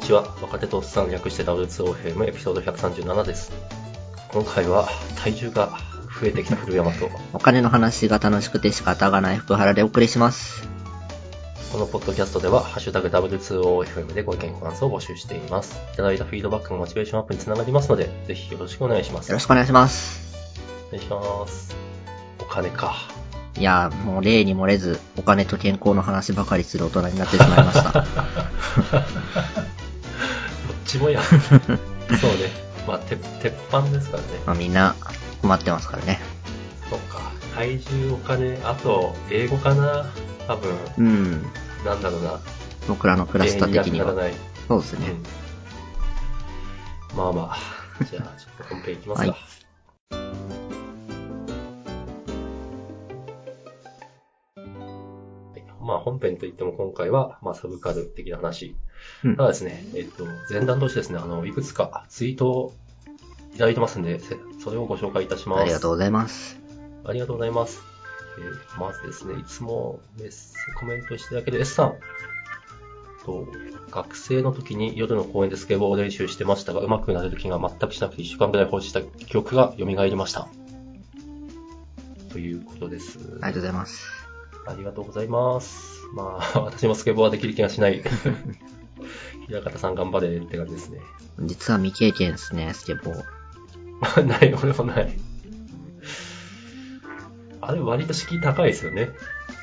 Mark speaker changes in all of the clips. Speaker 1: ちは若手とおっさん略して W2OFM エピソード137です今回は体重が増えてきた古山と
Speaker 2: お金の話が楽しくて仕方がない福原でお送りします。
Speaker 1: このポッドキャストでは「ハッシュタグ #W2OFM」でご意見ご感想を募集していますいただいたフィードバックのモチベーションアップにつながりますのでぜひよろしくお願いします
Speaker 2: よろしくお願いします。
Speaker 1: お願いしますお金か
Speaker 2: いやー、もう例に漏れず、お金と健康の話ばかりする大人になってしまいま した。
Speaker 1: どっち もやそうねまあて鉄板ですからね
Speaker 2: まあみんな困ってますからね。
Speaker 1: そうか体重お金あと英語かな多分
Speaker 2: うん。
Speaker 1: なんだろうな
Speaker 2: 僕らのクラスター的に
Speaker 1: 原因な
Speaker 2: は。
Speaker 1: くならない
Speaker 2: そうですね。
Speaker 1: うんまあまあ、じゃあちょっと本編いきますか。
Speaker 2: はい
Speaker 1: まあ本編といっても今回は、まあサブカル的な話。
Speaker 2: うん
Speaker 1: ただですね、えっと、前段としてですね、あの、いくつかツイートをいただいてますんで、せそれをご紹介いたします。
Speaker 2: ありがとうございます。
Speaker 1: ありがとうございます。えーまずですね、いつもメッセコメントしていただける S さん。と学生の時に夜の公園でスケボーを練習してましたが、上手くなれる気が全くしなくて1週間くらい放置した記憶が蘇りました。ということです。
Speaker 2: ありがとうございます。
Speaker 1: ありがとうございます。まあ、私もスケボーはできる気がしない。 平方さん頑張れって感じですね。
Speaker 2: 実は未経験ですね、スケボー。
Speaker 1: ない、俺もない。あれ割と敷居高いですよね。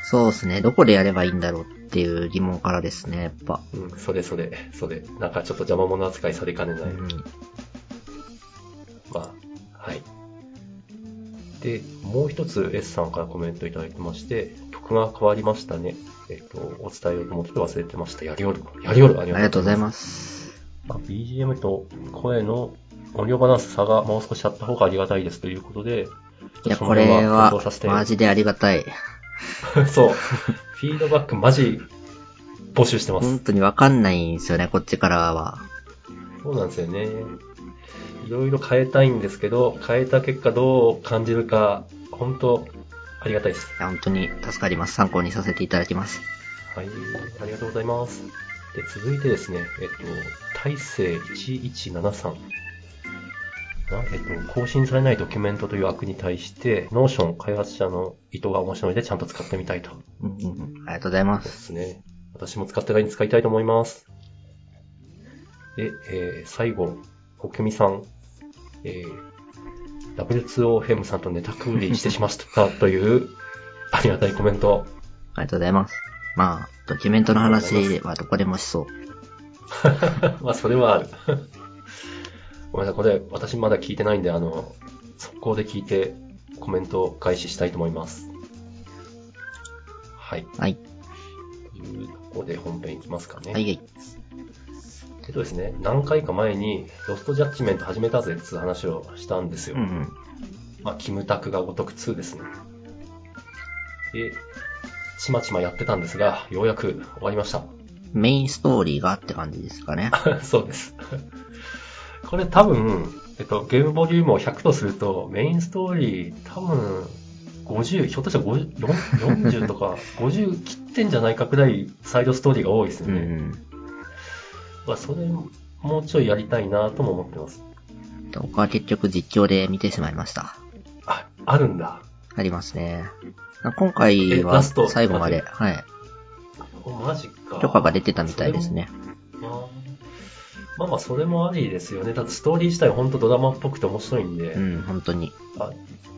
Speaker 2: そうですね。どこでやればいいんだろうっていう疑問からですね、やっぱ。
Speaker 1: うん、それそれ、それ。なんかちょっと邪魔者扱いされかねな
Speaker 2: う
Speaker 1: い。
Speaker 2: ん。
Speaker 1: まあ、はい。で、もう一つ S さんからコメントいただきまして、曲が変わりましたね。えっと、お伝えようと思って忘れてました。やりおる。やりおる。あり
Speaker 2: ありがとうござい
Speaker 1: ま
Speaker 2: ます。
Speaker 1: す。まあ BGM と声の音量バランス差がもう少しあった方がありがたいですということで、
Speaker 2: いや、これは
Speaker 1: ちょっとそ、の辺
Speaker 2: マ
Speaker 1: は検討さ
Speaker 2: ジでありがたい。
Speaker 1: せて。 そう。フィードバックマジ募集してます
Speaker 2: 本。当にわかんないんですよね、こっちからは。
Speaker 1: そうなんですよね。いろいろ変えたいんですけど、変えた結果どう感じるか、本当ありがたいです。
Speaker 2: いや、本当に助かります。参考にさせていただきます。
Speaker 1: はい、ありがとうございます。で、続いてですね、えっと、大成1173さんが。えっと、更新されないドキュメントという悪に対して、ノーション開発者の意図が面白いのでちゃんと使ってみたいと。
Speaker 2: うんうんうんありがとうございま。
Speaker 1: ですすね。私も使ってないに使いたいと思います。で、えー最後、コケミさん、えー、W2OFM さんとネタクーリーしてしまったという、 ありがたいコメント。
Speaker 2: ありがとうございます。まあ、ドキュメントの話はどこでもしそう。
Speaker 1: まあ、それはある。 ごめんなさい、これ、私まだ聞いてないんで、あの、速攻で聞いて、コメントを開始したいと思います。はい。
Speaker 2: はい。
Speaker 1: というところで本編いきますかね。
Speaker 2: はい、はい。
Speaker 1: えっとですね、何回か前に、ロストジャッジメント始めたぜっつう話をしたんですよ。
Speaker 2: うんうん。
Speaker 1: まあ、キムタクがごとく2ですね。で、ちまちまやってたんですが、ようやく終わりました。
Speaker 2: メインストーリーがって感じですかね。
Speaker 1: そうです。 これ多分、えっと、ゲームボリュームを100とすると、メインストーリー多分、50、ひょっとしたら50 40とか、50切 ってんじゃないかくらいサイドストーリーが多いですよ
Speaker 2: うん
Speaker 1: ね。
Speaker 2: うん。
Speaker 1: まあ、それ、もうちょいやりたいなとも思ってます。
Speaker 2: 僕は結局実況で見てしまいました。
Speaker 1: あ、あるんだ。
Speaker 2: ありますね。今回
Speaker 1: えラ
Speaker 2: は
Speaker 1: スト
Speaker 2: 最後まで、
Speaker 1: ラ
Speaker 2: はい。
Speaker 1: おマジか。
Speaker 2: 許可が出てたみたいですね。
Speaker 1: それも。まあまあまあ、それもありですよね。だってストーリー自体本当ドラマっぽくて面白いんで。
Speaker 2: うん、本当に。
Speaker 1: あ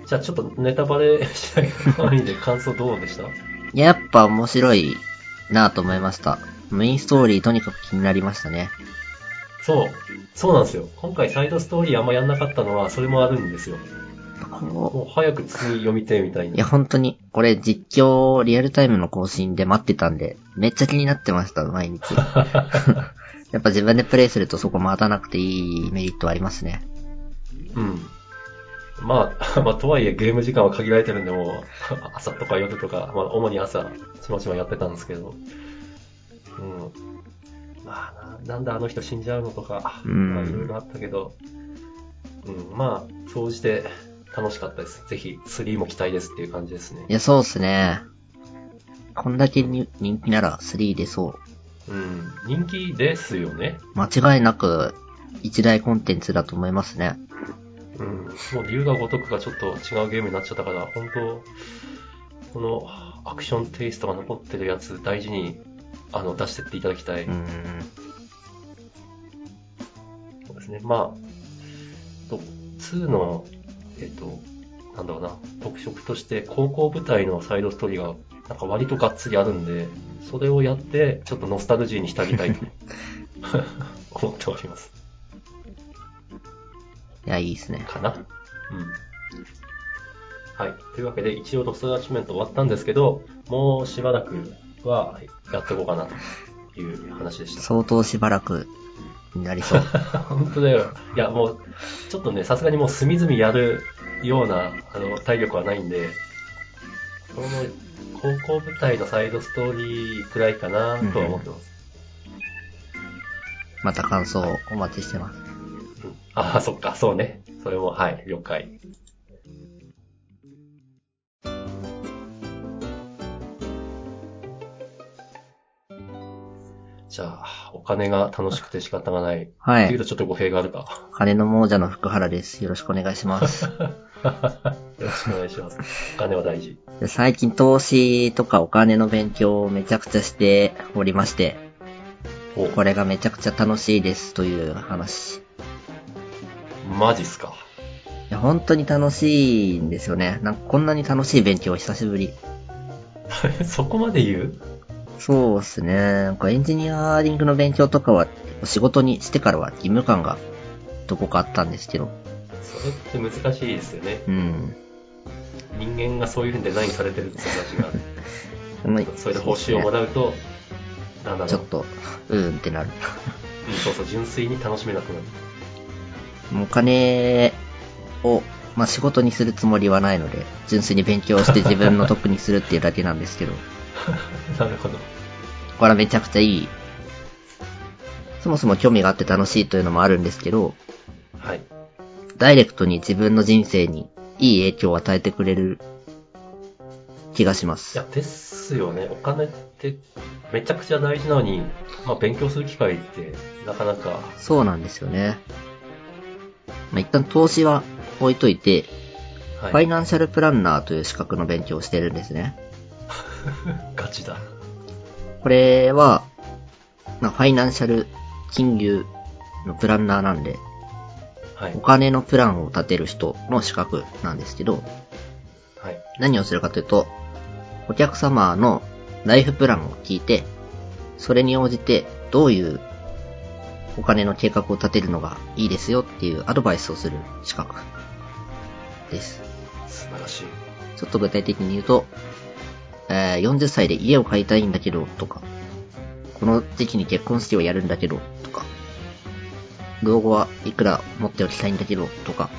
Speaker 1: じゃあちょっとネタバレしない範囲で感想どうでした
Speaker 2: いや、やっぱ面白いなぁと思いました。メインストーリーとにかく気になりましたね。
Speaker 1: そう。そうなんですよ。今回サイドストーリーあんまやんなかったのは、それもあるんですよ。
Speaker 2: こう
Speaker 1: もう早く次読みて、みたい
Speaker 2: い
Speaker 1: な。
Speaker 2: や、本当に、これ実況リアルタイムの更新で待ってたんで、めっちゃ気になってました、毎 日。やっぱ自分でプレイするとそこ待たなくていいメリットはありますね。
Speaker 1: うん。まあ、 まあ、とはいえゲーム時間は限られてるんで、もう、 朝とか夜とか、まあ、主に朝、ちまちまやってたんですけど。うん。まあな、なんであの人死んじゃうのとか、
Speaker 2: うん
Speaker 1: まあいろいろあったけど、うん、まあ、総じて楽しかったです。ぜひ、3も期待ですっていう感じですね
Speaker 2: い。や、そうっすね。こんだけに人気なら3出そう。
Speaker 1: うん、人気ですよね。
Speaker 2: 間違いなく一大コンテンツだと思いますね。
Speaker 1: うん、もう理由が如くがちょっと違うゲームになっちゃったから、本当このアクションテイストが残ってるやつ大事にあの出してっていただきたい。
Speaker 2: うん。
Speaker 1: そうですね。まあ、と2の、えっと、なんだろうな、特色として高校舞台のサイドストーリーがなんか割とがっつりあるんで、それをやって、ちょっとノスタルジーに浸りた いと思っております。
Speaker 2: いや、いいですね。
Speaker 1: かな。うん。はい。というわけで、一応ロストアチュメント終わったんですけど、もうしばらくはやっていこうかなという話でした。
Speaker 2: 相当しばらくになり そう。
Speaker 1: 本当だよ。いや、もう、ちょっとね、さすがにもう隅々やるような、あの、体力はないんで、この、高校舞台のサイドストーリーくらいかなとは思ってます。
Speaker 2: また感想をお待ちしてます。
Speaker 1: うん、ああ、そっか、そうね。それも、はい、了解。じゃあ、お金が楽しくて仕方がない。
Speaker 2: は
Speaker 1: っていう
Speaker 2: い。
Speaker 1: とちょっと語弊があるか。
Speaker 2: 金の亡者の福原です。よろしくお願いします。
Speaker 1: よろしくお願いします。お金は大事。
Speaker 2: で最近投資とかお金の勉強をめちゃくちゃしておりまして、
Speaker 1: お
Speaker 2: これがめちゃくちゃ楽しいですという話。い
Speaker 1: マジっすか。
Speaker 2: や本当に楽しいんですよね。なんかこんなに楽しい勉強久しぶり。
Speaker 1: そこまで言う
Speaker 2: そうですね。なんかエンジニアリングの勉強とかは仕事にしてからは義務感がどこかあったんですけど。
Speaker 1: それって難しいですよね。
Speaker 2: うん。
Speaker 1: 人間がそういうふうにデザインされてるって話がある。
Speaker 2: でも
Speaker 1: それで報酬をも
Speaker 2: そう
Speaker 1: らうと、なんだ
Speaker 2: ですねち
Speaker 1: ろ
Speaker 2: ょ
Speaker 1: う
Speaker 2: っ。と、うーんってなる。
Speaker 1: うんそうそう、純粋に楽しめなくなる。
Speaker 2: もうお金を、まあ、仕事にするつもりはないので、純粋に勉強して自分の得にするっていうだけなんですけど、
Speaker 1: なるほど。
Speaker 2: これはめちゃくちゃいい。そもそも興味があって楽しいというのもあるんですけど、
Speaker 1: はい。
Speaker 2: ダイレクトに自分の人生にいい影響を与えてくれる気がし
Speaker 1: い
Speaker 2: ま
Speaker 1: や
Speaker 2: す。、
Speaker 1: ですよね。お金ってめちゃくちゃ大事なのに、まあ勉強する機会ってなかなか、
Speaker 2: そうなんですよね。まあ、一旦投資は置いといて、フ
Speaker 1: は
Speaker 2: ァイ
Speaker 1: い。
Speaker 2: ナンシャルプランナーという資格の勉強をしてるんですね。
Speaker 1: ガチだ。
Speaker 2: これは、まあ、ファイナンシャル金融のプランナーなんで、
Speaker 1: はい
Speaker 2: お。金のプランを立てる人の資格なんですけど、
Speaker 1: はい。
Speaker 2: 何をするかというと、お客様のライフプランを聞いて、それに応じてどういうお金の計画を立てるのがいいですよっていうアドバイスをする資格です。
Speaker 1: 素晴らしい。
Speaker 2: ちょっと具体的に言うと、えー40歳で家を買いたいんだけど、とか、この時期に結婚式をやるんだけど、とか、老後はいくら持っておきたいんだけど、とか、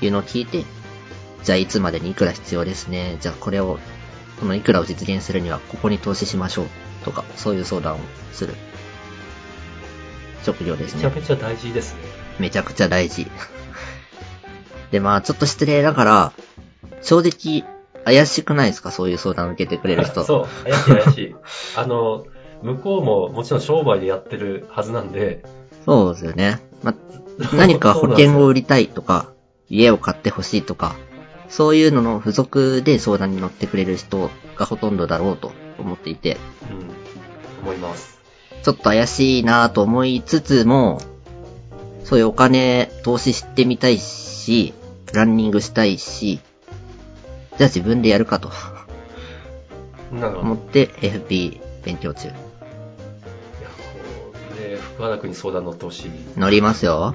Speaker 2: いうのを聞いて、じゃあいつまでにいくら必要ですね。じゃあこれを、このいくらを実現するにはここに投資しましょう。とか、そういう相談をする。職業です
Speaker 1: め
Speaker 2: ね
Speaker 1: ちゃ。めちゃ大事ですね。
Speaker 2: めちゃくちゃ大事。で、まあ、ちょっと失礼だから、正直、怪しくないですかそういう相談を受けてくれる 人。
Speaker 1: そう、怪しい怪しい。あの、向こうももちろん商売でやってるはずなんで、
Speaker 2: そうですよね。まあ、何か保険を売りたいとか、家を買ってほしいとか、そういうのの付属で相談に乗ってくれる人がほとんどだろうと思っていて、
Speaker 1: うん、思います。
Speaker 2: ちょっと怪しいなぁと思いつつも、そういうお金投資してみたいし、プランニングしたいし、じゃあ自分でやるかと。
Speaker 1: なるほど。
Speaker 2: 思って FP 勉強中。
Speaker 1: いや、これ、福原君に相談乗ってほしい。
Speaker 2: 乗りま すよ。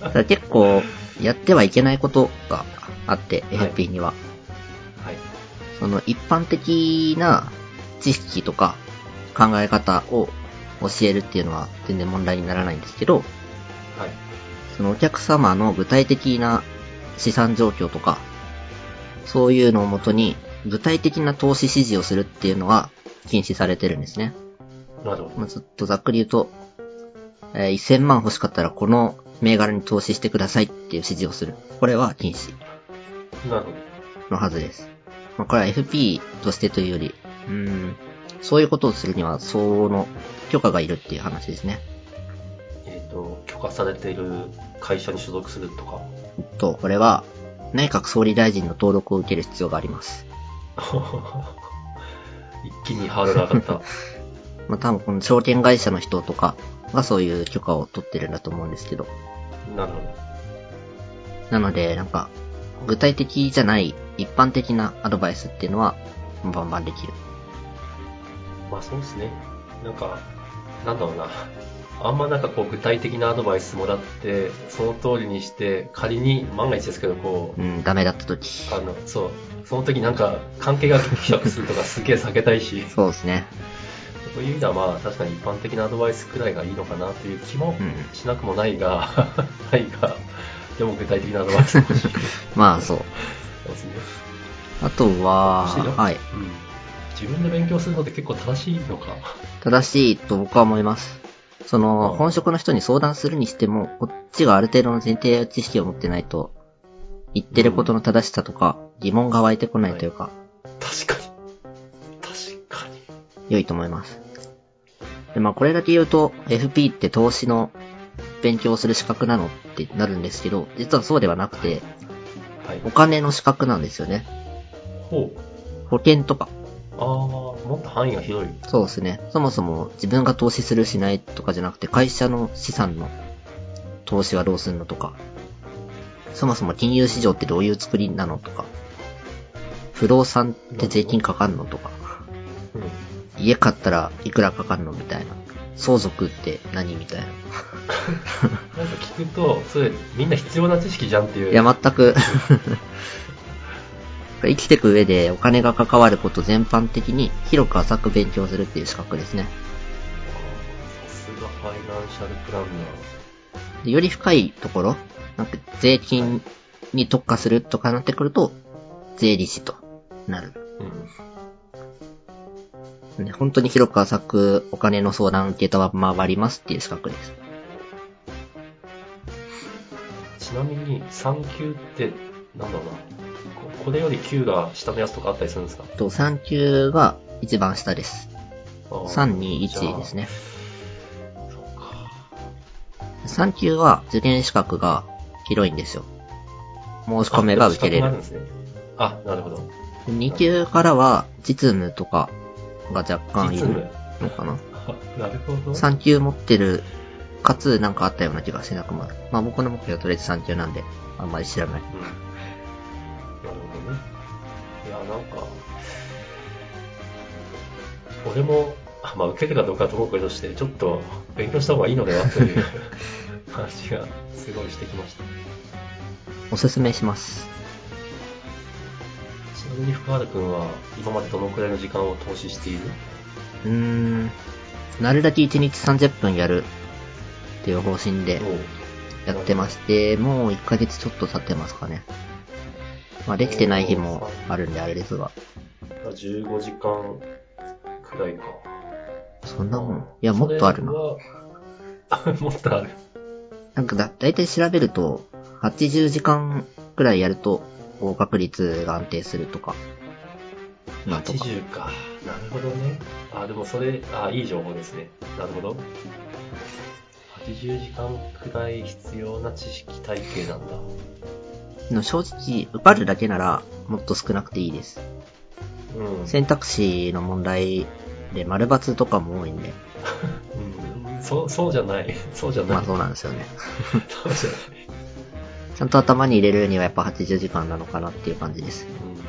Speaker 2: ただ結構、やってはいけないことがあって、
Speaker 1: はい
Speaker 2: FP には。
Speaker 1: はい。
Speaker 2: その一般的な知識とか考え方を教えるっていうのは全然問題にならないんですけど、
Speaker 1: はい。
Speaker 2: そのお客様の具体的な資産状況とか、そういうのをもとに具体的な投資指示をするっていうのは禁止されてるんですね。
Speaker 1: なるほど。
Speaker 2: まあ、ちょっとざっくり言うと、えー1000万欲しかったらこの銘柄に投資してくださいっていう指示をする。これは禁止
Speaker 1: なるほ
Speaker 2: のはずです。まあ、これは FP としてというより、うーん、そういうことをするには相応の許可がいるっていう話ですね。
Speaker 1: えっ、と、許可されている会社に所属するとか。
Speaker 2: と、これは内閣総理大臣の登録を受ける必要があります。
Speaker 1: 一気にハードル上がった。
Speaker 2: まあ多分この証券会社の人とかがそういう許可を取ってるんだと思うんですけど。
Speaker 1: なるほど。
Speaker 2: なので、なんか、具体的じゃない一般的なアドバイスっていうのはバンバンできる。
Speaker 1: まあそうですね。なんか、なんだろうな。あんまなんかこう具体的なアドバイスもらって、その通りにして、仮に万が一ですけど、こう、
Speaker 2: うん、ダメだった時。
Speaker 1: あの、そう、その時なんか関係が希釈するとかすげえ避けたいし、
Speaker 2: そうですね。
Speaker 1: そういう意味ではまあ確かに一般的なアドバイスくらいがいいのかなという気も
Speaker 2: うん。
Speaker 1: しなくもないが、 ないが、でも具体的なアドバイス欲しい。そう
Speaker 2: まあそう。
Speaker 1: ですね。
Speaker 2: あとは
Speaker 1: 欲しいよ、
Speaker 2: はい。
Speaker 1: うん。自分で勉強するのって結構正しいのか。
Speaker 2: 正しいと僕は思います。その、
Speaker 1: うん
Speaker 2: 本職の人に相談するにしても、こっちがある程度の前提知識を持ってないと、言ってることの正しさとか、疑問が湧いてこないというか、
Speaker 1: 確かに。確かに。
Speaker 2: 良いと思います。で、まあこれだけ言うと、FP って投資の勉強をする資格なのってなるんですけど、実はそうではなくて、
Speaker 1: はい
Speaker 2: お。金の資格なんですよね。
Speaker 1: ほう。
Speaker 2: 保険とか。
Speaker 1: ああ、もっと範囲が広い。
Speaker 2: そうですね。そもそも自分が投資するしないとかじゃなくて、会社の資産の投資はどうするのとか、そもそも金融市場ってどういう作りなのとか、不動産って税金かかんのとか、
Speaker 1: うん。
Speaker 2: 家買ったらいくらかかんのみたいな、相続って何みたいな。
Speaker 1: なんか聞くと、それみんな必要な知識じゃんっていう。
Speaker 2: いや、全く 生きていく上でお金が関わること全般的に広く浅く勉強するっていう資格ですね。
Speaker 1: さすがファイナンシャルプラン
Speaker 2: でより深いところ、なんか税金に特化するとかなってくると、税理士となる。
Speaker 1: ナー。うん。
Speaker 2: ね本当に広く浅くお金の相談受けたは回りますっていう資格です。
Speaker 1: ちなみに、3級って、なんだろうな。ここれより級が下のやつとかあったりするんですか
Speaker 2: と、3級が一番下です。
Speaker 1: あー
Speaker 2: 3、2、1ですね。
Speaker 1: そうか。
Speaker 2: 3級は受験資格が広いんですよ。申し込めば受けれ
Speaker 1: あ
Speaker 2: る。
Speaker 1: でも資格があるんですね。あ、なるほど。
Speaker 2: 2級からは実務とかが若干い
Speaker 1: 実務
Speaker 2: る。のかな。
Speaker 1: あ なるほど。
Speaker 2: 3級持ってる、かつなんかあったような気がしなくもある。まあ僕の目標はとりあえず3級なんで、あんまり知らない。
Speaker 1: うん。なるほどね。いや、なんか、俺も、あまあ、受けるかどうかはともかくとして、ちょっと勉強した方がいいのではという 話がすごいしてきました。
Speaker 2: おすすめします。
Speaker 1: ちなみに福原君は、今までどのくらいの時間を投資している
Speaker 2: うーん。なるだけ1日30分やるっていう方針で
Speaker 1: おう
Speaker 2: やってまして、もう1ヶ月ちょっと経ってますかね。まあできてない日もあるんであれですが。
Speaker 1: 15時間くらいか。
Speaker 2: そんなもん。いや、もっとあるな
Speaker 1: そ。れは もっとある。
Speaker 2: なんかだ、だいたい調べると、80時間くらいやると、合格率が安定するとか。なんとか。
Speaker 1: 80か。なるほどね。あ、でもそれ、あ、いい情報ですね。なるほど。80時間くらい必要な知識体系なんだ。
Speaker 2: の正直、受かるだけなら、もっと少なくていいです。
Speaker 1: うん。
Speaker 2: 選択肢の問題で、丸×とかも多いんで、
Speaker 1: うん、そう、そうじゃない。 そうじゃ
Speaker 2: ま
Speaker 1: な
Speaker 2: あ
Speaker 1: い。
Speaker 2: そうなんですよね。
Speaker 1: そうじゃ ない。
Speaker 2: ちゃんと頭に入れるにはやっぱ80時間なのかなっていう感じです。
Speaker 1: うん。なる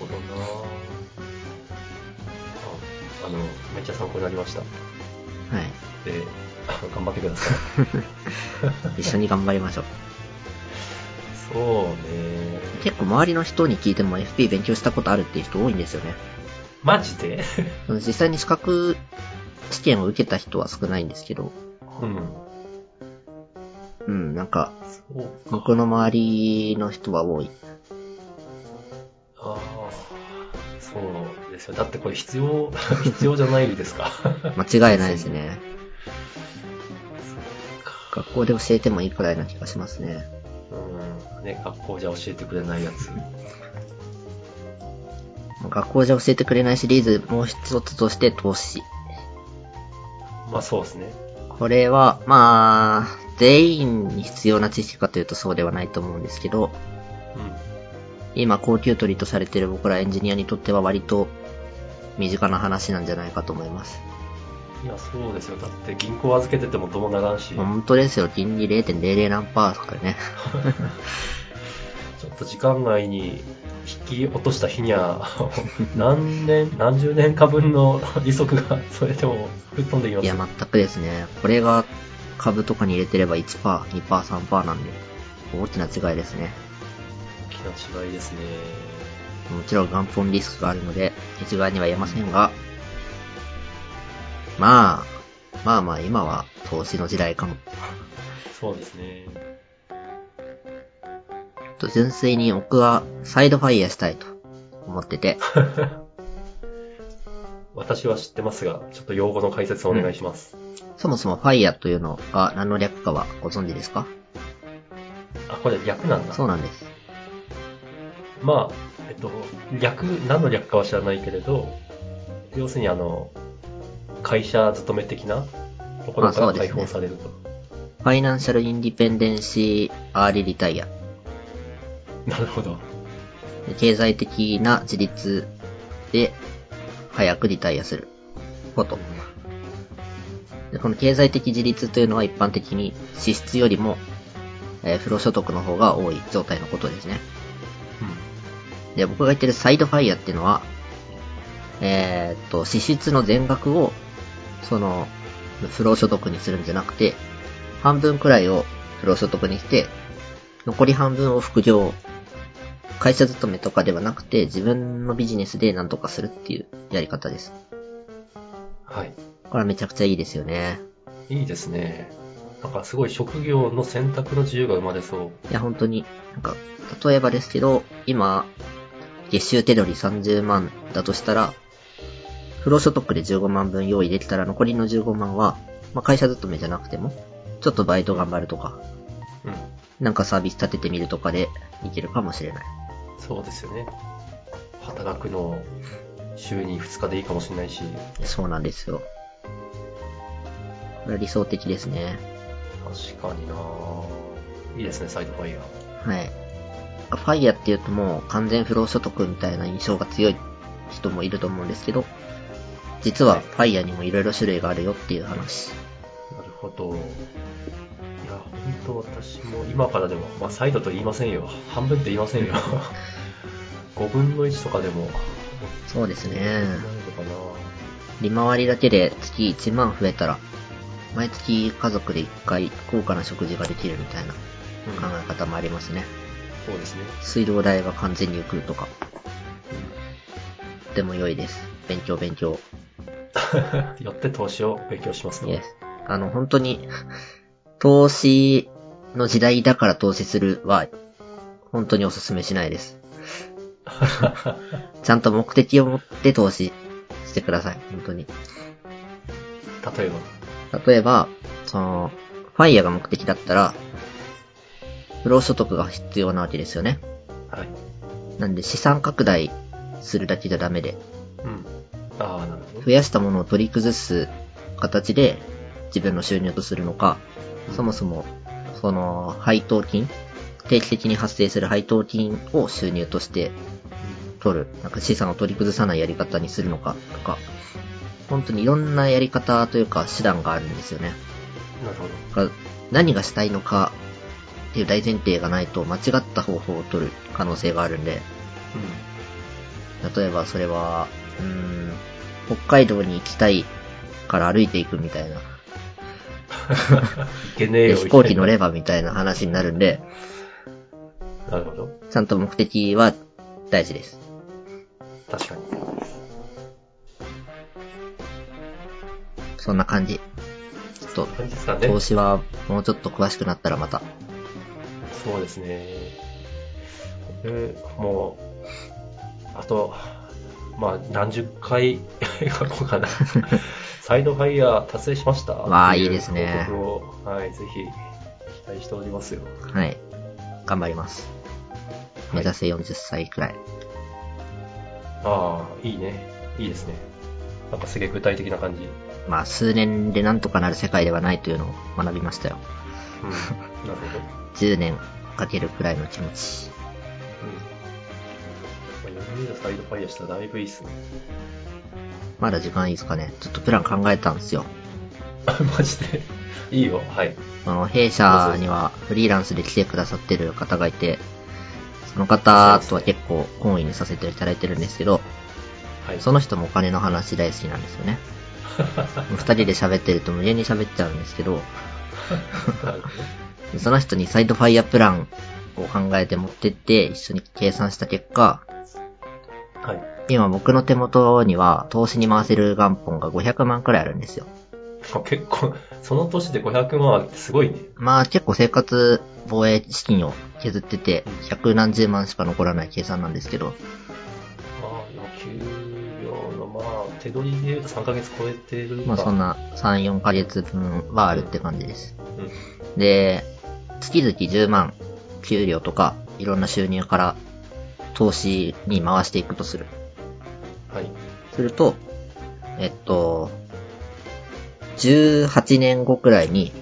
Speaker 1: ほどなあ、あの、めっちゃ参考になりました。で、
Speaker 2: はい。
Speaker 1: あ頑張ってくだ さい。
Speaker 2: 一緒に頑張りましょう。
Speaker 1: そうね
Speaker 2: 結構周りの人に聞いても FP 勉強したことあるっていう人多いんですよね。
Speaker 1: マジで
Speaker 2: 実際に資格試験を受けた人は少ないんですけど、
Speaker 1: うん。
Speaker 2: うん、なんか、
Speaker 1: そう
Speaker 2: 僕の周りの人は多い。
Speaker 1: ああ、そうですよ。だってこれ必要、 必要じゃないですか。
Speaker 2: 間違いないですね。学校で教えてもいいくらいな気がしますね。
Speaker 1: うん。ね、学校じゃ教えてくれないやつ。
Speaker 2: 学校じゃ教えてくれないシリーズ、もう一つとして投資。
Speaker 1: まあそうですね。
Speaker 2: これは、まあ、全員に必要な知識かというとそうではないと思うんですけど、今高級取りとされてる僕らエンジニアにとっては割と身近な話なんじゃないかと思います。
Speaker 1: うん。いや、そうですよ。だって銀行預けててもどうもならんし、
Speaker 2: 本当ですよ、金利0.00何パーとかね。
Speaker 1: ちょっと時間外に引き落とした日には、 何年、何十年か分の 利息がそれでも吹っ飛んできま
Speaker 2: い
Speaker 1: す
Speaker 2: や、
Speaker 1: よ。
Speaker 2: 全くですね。これが株とかに入れてれば1%、2%、3%なんで、大きな違いですね。
Speaker 1: 大きな違いですね。
Speaker 2: もちろん元本リスクがあるので、一概には言えませんが、まあ、まあまあ今は投資の時代かも。
Speaker 1: そうですね。
Speaker 2: と純粋に僕はサイドファイヤーしたいと思ってて、
Speaker 1: 私は知ってますが、ちょっと用語の解説をお願いします。
Speaker 2: そもそもファイヤーというのが何の略かはご存知ですか
Speaker 1: あ、これ略なんだ。
Speaker 2: そうなんです。
Speaker 1: まあ、えっと、略、何の略かは知らないけれど、要するにあの、会社勤め的なところ
Speaker 2: あそ
Speaker 1: か
Speaker 2: う
Speaker 1: ら
Speaker 2: ですね
Speaker 1: 解放されると。
Speaker 2: ファイナンシャルインディペンデンシーアーリーリタイア。
Speaker 1: なるほど。
Speaker 2: 経済的な自立で早くリタイアすること。でこの経済的自立というのは一般的に支出よりも、えー不労所得の方が多い状態のことですね。で、僕が言ってるサイドファイヤーっていうのは、えーっと、支出の全額を、その、不労所得にするんじゃなくて、半分くらいを不労所得にして、残り半分を副業、会社勤めとかではなくて、自分のビジネスで何とかするっていうやり方です。
Speaker 1: うん。はい。
Speaker 2: これはめちゃくちゃいいですよね。
Speaker 1: いいですね。なんかすごい職業の選択の自由が生まれそう。
Speaker 2: いや、本当に、なんか、例えばですけど、今、月収手取り30万だとしたら、不労所得で15万分用意できたら、残りの15万は、まあ、会社勤めじゃなくても、ちょっとバイト頑張るとか、
Speaker 1: うん。
Speaker 2: なんかサービス立ててみるとかでいけるかもしれない。
Speaker 1: そうですよね。働くの週に2日でいいかもしれないし、
Speaker 2: そうなんですよ。これは理想的ですね。
Speaker 1: 確かになぁいいですね、サイドファイヤー。
Speaker 2: はい。ファイヤーっていうともう完全不労所得みたいな印象が強い人もいると思うんですけど、実はファイヤーにもいろいろ種類があるよっていう話。
Speaker 1: なるほど。いや、本当私も今からでも、まあ、サイドと言いませんよ。半分って言いませんよ。5分の1とかでも、な
Speaker 2: そうですね。
Speaker 1: るのかな。
Speaker 2: 利回りだけで月1万増えたら、毎月家族で1回高価な食事ができるみたいな考
Speaker 1: うん、
Speaker 2: え方もありますね。
Speaker 1: そうですね。
Speaker 2: 水道代は完全に送るとか。とても良いです。勉強勉強。
Speaker 1: よって投資を勉強します
Speaker 2: い
Speaker 1: ね
Speaker 2: え。あの、本当に、 投資の時代だから投資するは、本当にお勧めしないです。ちゃんと目的を持って投資してください。本当に。
Speaker 1: 例えば。
Speaker 2: 例えば、その、ファイヤーが目的だったら、不労所得が必要なわけですよね。
Speaker 1: はい。
Speaker 2: なんで資産拡大するだけじゃダメで、
Speaker 1: うん。ああ、なるほど。
Speaker 2: 増やしたものを取り崩す形で自分の収入とするのか、そもそも、その、配当金、定期的に発生する配当金を収入として取る、なんか資産を取り崩さないやり方にするのかとか、本当にいろんなやり方というか手段があるんですよね。
Speaker 1: なるほど。
Speaker 2: が何がしたいのかっていう大前提がないと間違った方法を取る可能性があるんで、例えばそれは、うーん、北海道に行きたいから歩いていくみたいな、
Speaker 1: うん。いけねえ
Speaker 2: で
Speaker 1: よ、
Speaker 2: 飛行機乗
Speaker 1: れ。
Speaker 2: ればみたいな話になるんで、
Speaker 1: なるほど。
Speaker 2: ちゃんと目的は大事です。
Speaker 1: 確かに。
Speaker 2: そんな感じ。ちょっと、
Speaker 1: 感じですかね。
Speaker 2: 投資はもうちょっと詳しくなったらまた。
Speaker 1: そうですね。で、もう、あと、まあ、何十回 書こう かな。サイドファイヤー達成しました。
Speaker 2: わあいいですね
Speaker 1: という報告を、はい、ぜひ、期待しておりますよ。
Speaker 2: はい。頑張ります。目指せ40歳くらい。
Speaker 1: ああ、いいね。いいですね。なんかすげえ具体的な感 じ。
Speaker 2: まあ、数年でなんとかなる世界ではないというのを学びましたよ。
Speaker 1: うん。なるほど。うん。ま
Speaker 2: 10年かけるくらいの気持ち。
Speaker 1: あ、4人でサイドファイヤーしたらだいぶいいっ すね。
Speaker 2: まだ時間いいですかね。ちょっとプラン考えたんですよ。
Speaker 1: あマジで。いいよ。はい。
Speaker 2: その弊社にはフリーランスで来てくださってる方がいて、その方とは結構懇意にさせていただいてるんですけど、
Speaker 1: はい。
Speaker 2: その人もお金の話大好きなんですよね。二人で喋ってると無限に喋っちゃうんですけど、
Speaker 1: なるほどね
Speaker 2: でその人にサイドファイヤープランを考えて持ってって一緒に計算した結果、
Speaker 1: はい。
Speaker 2: 今僕の手元には投資に回せる元本が500万くらいあるんですよ。
Speaker 1: あ結構、その年で500万あるってすごいね。
Speaker 2: まあ結構生活防衛資金を削ってて
Speaker 1: うん、
Speaker 2: 百何十万しか残らない計算なんですけど、
Speaker 1: まあ、でも給料の、まあ、手取りで言うと3ヶ月超えてるか。
Speaker 2: まあそん
Speaker 1: な。
Speaker 2: な3、4ヶ月分はあるって感じです。
Speaker 1: うん。
Speaker 2: で、月々10万、給料とか、いろんな収入から投資に回していくとする。
Speaker 1: はい。
Speaker 2: すると、えっと、18年後くらいに、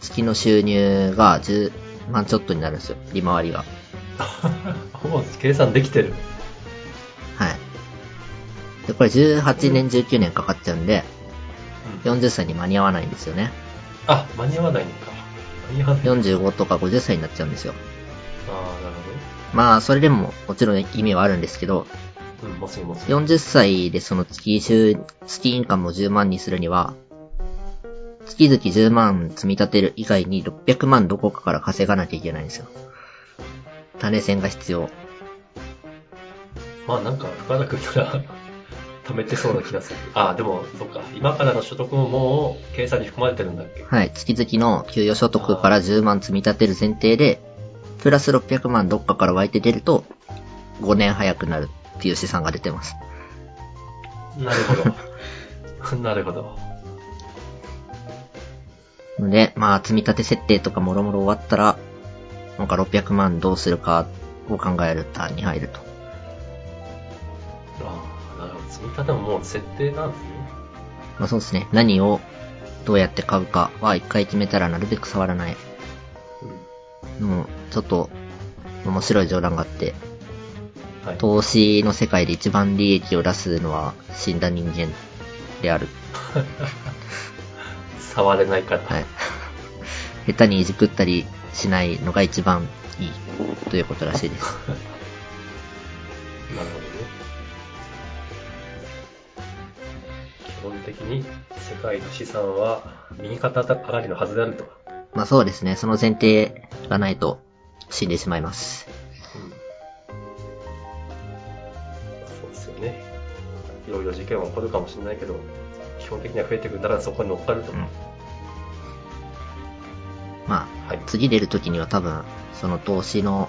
Speaker 2: 月の収入が10万ちょっとになるんですよ。利回りが。
Speaker 1: もう計算できてる。
Speaker 2: はい。で、これ18年、19年かかっちゃうんで、
Speaker 1: うん。
Speaker 2: 40歳に間に合わないんですよね。
Speaker 1: あ、間に合わないのか。間に合わない。
Speaker 2: 45とか50歳になっちゃうんですよ。
Speaker 1: ああ、なる
Speaker 2: まあ、それでももちろん意味はあるんですけど、
Speaker 1: ほど。うん、もちろんもちろん。
Speaker 2: 40歳でその月収、月インカムを10万にするには、月々10万積み立てる以外に600万どこかから稼がなきゃいけないんですよ。種銭が必要。
Speaker 1: まあなんか、深田君なら、 貯めてそうな気がする。ああ、でも、そっか。今からの所得ももう、計算に含まれてるんだっけ。
Speaker 2: はい、月々の給与所得から10万積み立てる前提で、プラス600万どっかから湧いて出ると、5年早くなるっていう試算が出てます。
Speaker 1: なるほど。 なるほど。
Speaker 2: ので、まあ、積み立て設定とかもろもろ終わったら、なんか600万どうするかを考えるターンに入ると。
Speaker 1: ああ、なるほど。積み立てももう設定なんですね。
Speaker 2: まあそうですね。何をどうやって買うかは一回決めたらなるべく触らない。
Speaker 1: うん。
Speaker 2: もうちょっと面白い冗談があって、
Speaker 1: はい。
Speaker 2: 投資の世界で一番利益を出すのは死んだ人間である。
Speaker 1: 触れないから。
Speaker 2: はい。 下手にいじくったりしないのが一番いいということらしいです。
Speaker 1: なるほどね。基本的に世界の資産は右肩上がりのはずであると。
Speaker 2: まあそうですね。その前提がないと死んでしまいます。
Speaker 1: うんそうですよね。いろいろ事件は起こるかもしれないけど、基本的には増えてくんだらそこに乗っかると。
Speaker 2: うんまあ、
Speaker 1: はい。
Speaker 2: 次出る時には多分、その投資の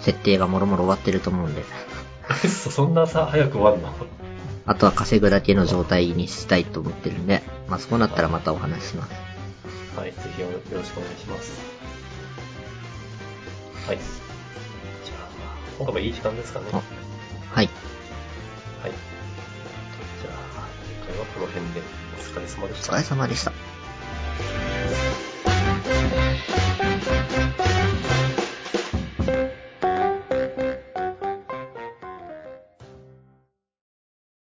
Speaker 2: 設定がもろもろ終わってると思うんで。
Speaker 1: そそんなさ、早く終わるの
Speaker 2: あとは稼ぐだけの状態にしたいと思ってるんで、まあ、そうなったらまたお話しします。
Speaker 1: はい、ぜひよろしくお願いします。はい。じゃあ、今回もいい時間ですかね。
Speaker 2: あ
Speaker 1: はい。
Speaker 2: はい。
Speaker 1: じゃあ、今回はこの辺でお疲れ様でし
Speaker 2: お
Speaker 1: た
Speaker 2: 疲れ。様でした。